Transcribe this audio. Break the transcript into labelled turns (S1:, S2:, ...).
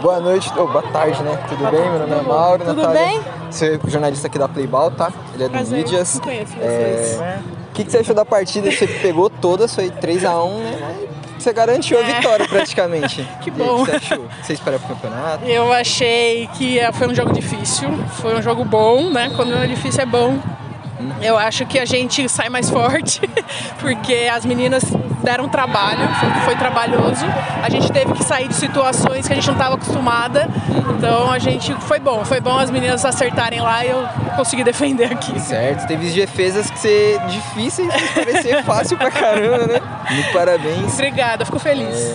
S1: Boa noite, ou boa tarde, né? Tudo bem? Meu nome é Mauro,
S2: Tudo
S1: Natália.
S2: bem?
S1: Sou jornalista aqui da Playball, tá? Ele é do
S2: Prazer,
S1: Mídias.
S2: não conheço vocês.
S1: É, O que, que você achou da partida? Você pegou todas, foi 3x1, né? Mas Você garantiu a vitória praticamente.
S2: É. Que
S1: E aí, o
S2: bom.
S1: que você achou? Você espera pro campeonato?
S2: Eu achei que eh, foi um jogo difícil, foi um jogo bom, né? Quando é difícil é bom.
S1: Uhum.
S2: Eu acho que a gente sai mais forte, porque as meninas deram trabalho, foi, foi trabalhoso. A gente teve que sair de situações que a gente não estava acostumada.
S1: Uhum.
S2: Então a gente foi bom, foi bom as meninas acertarem lá e eu consegui defender aqui.
S1: Certo, teve defesas que ser difíceis, mas parecer fácil pra caramba, né? Muito parabéns. É,
S2: Obrigada, fico feliz.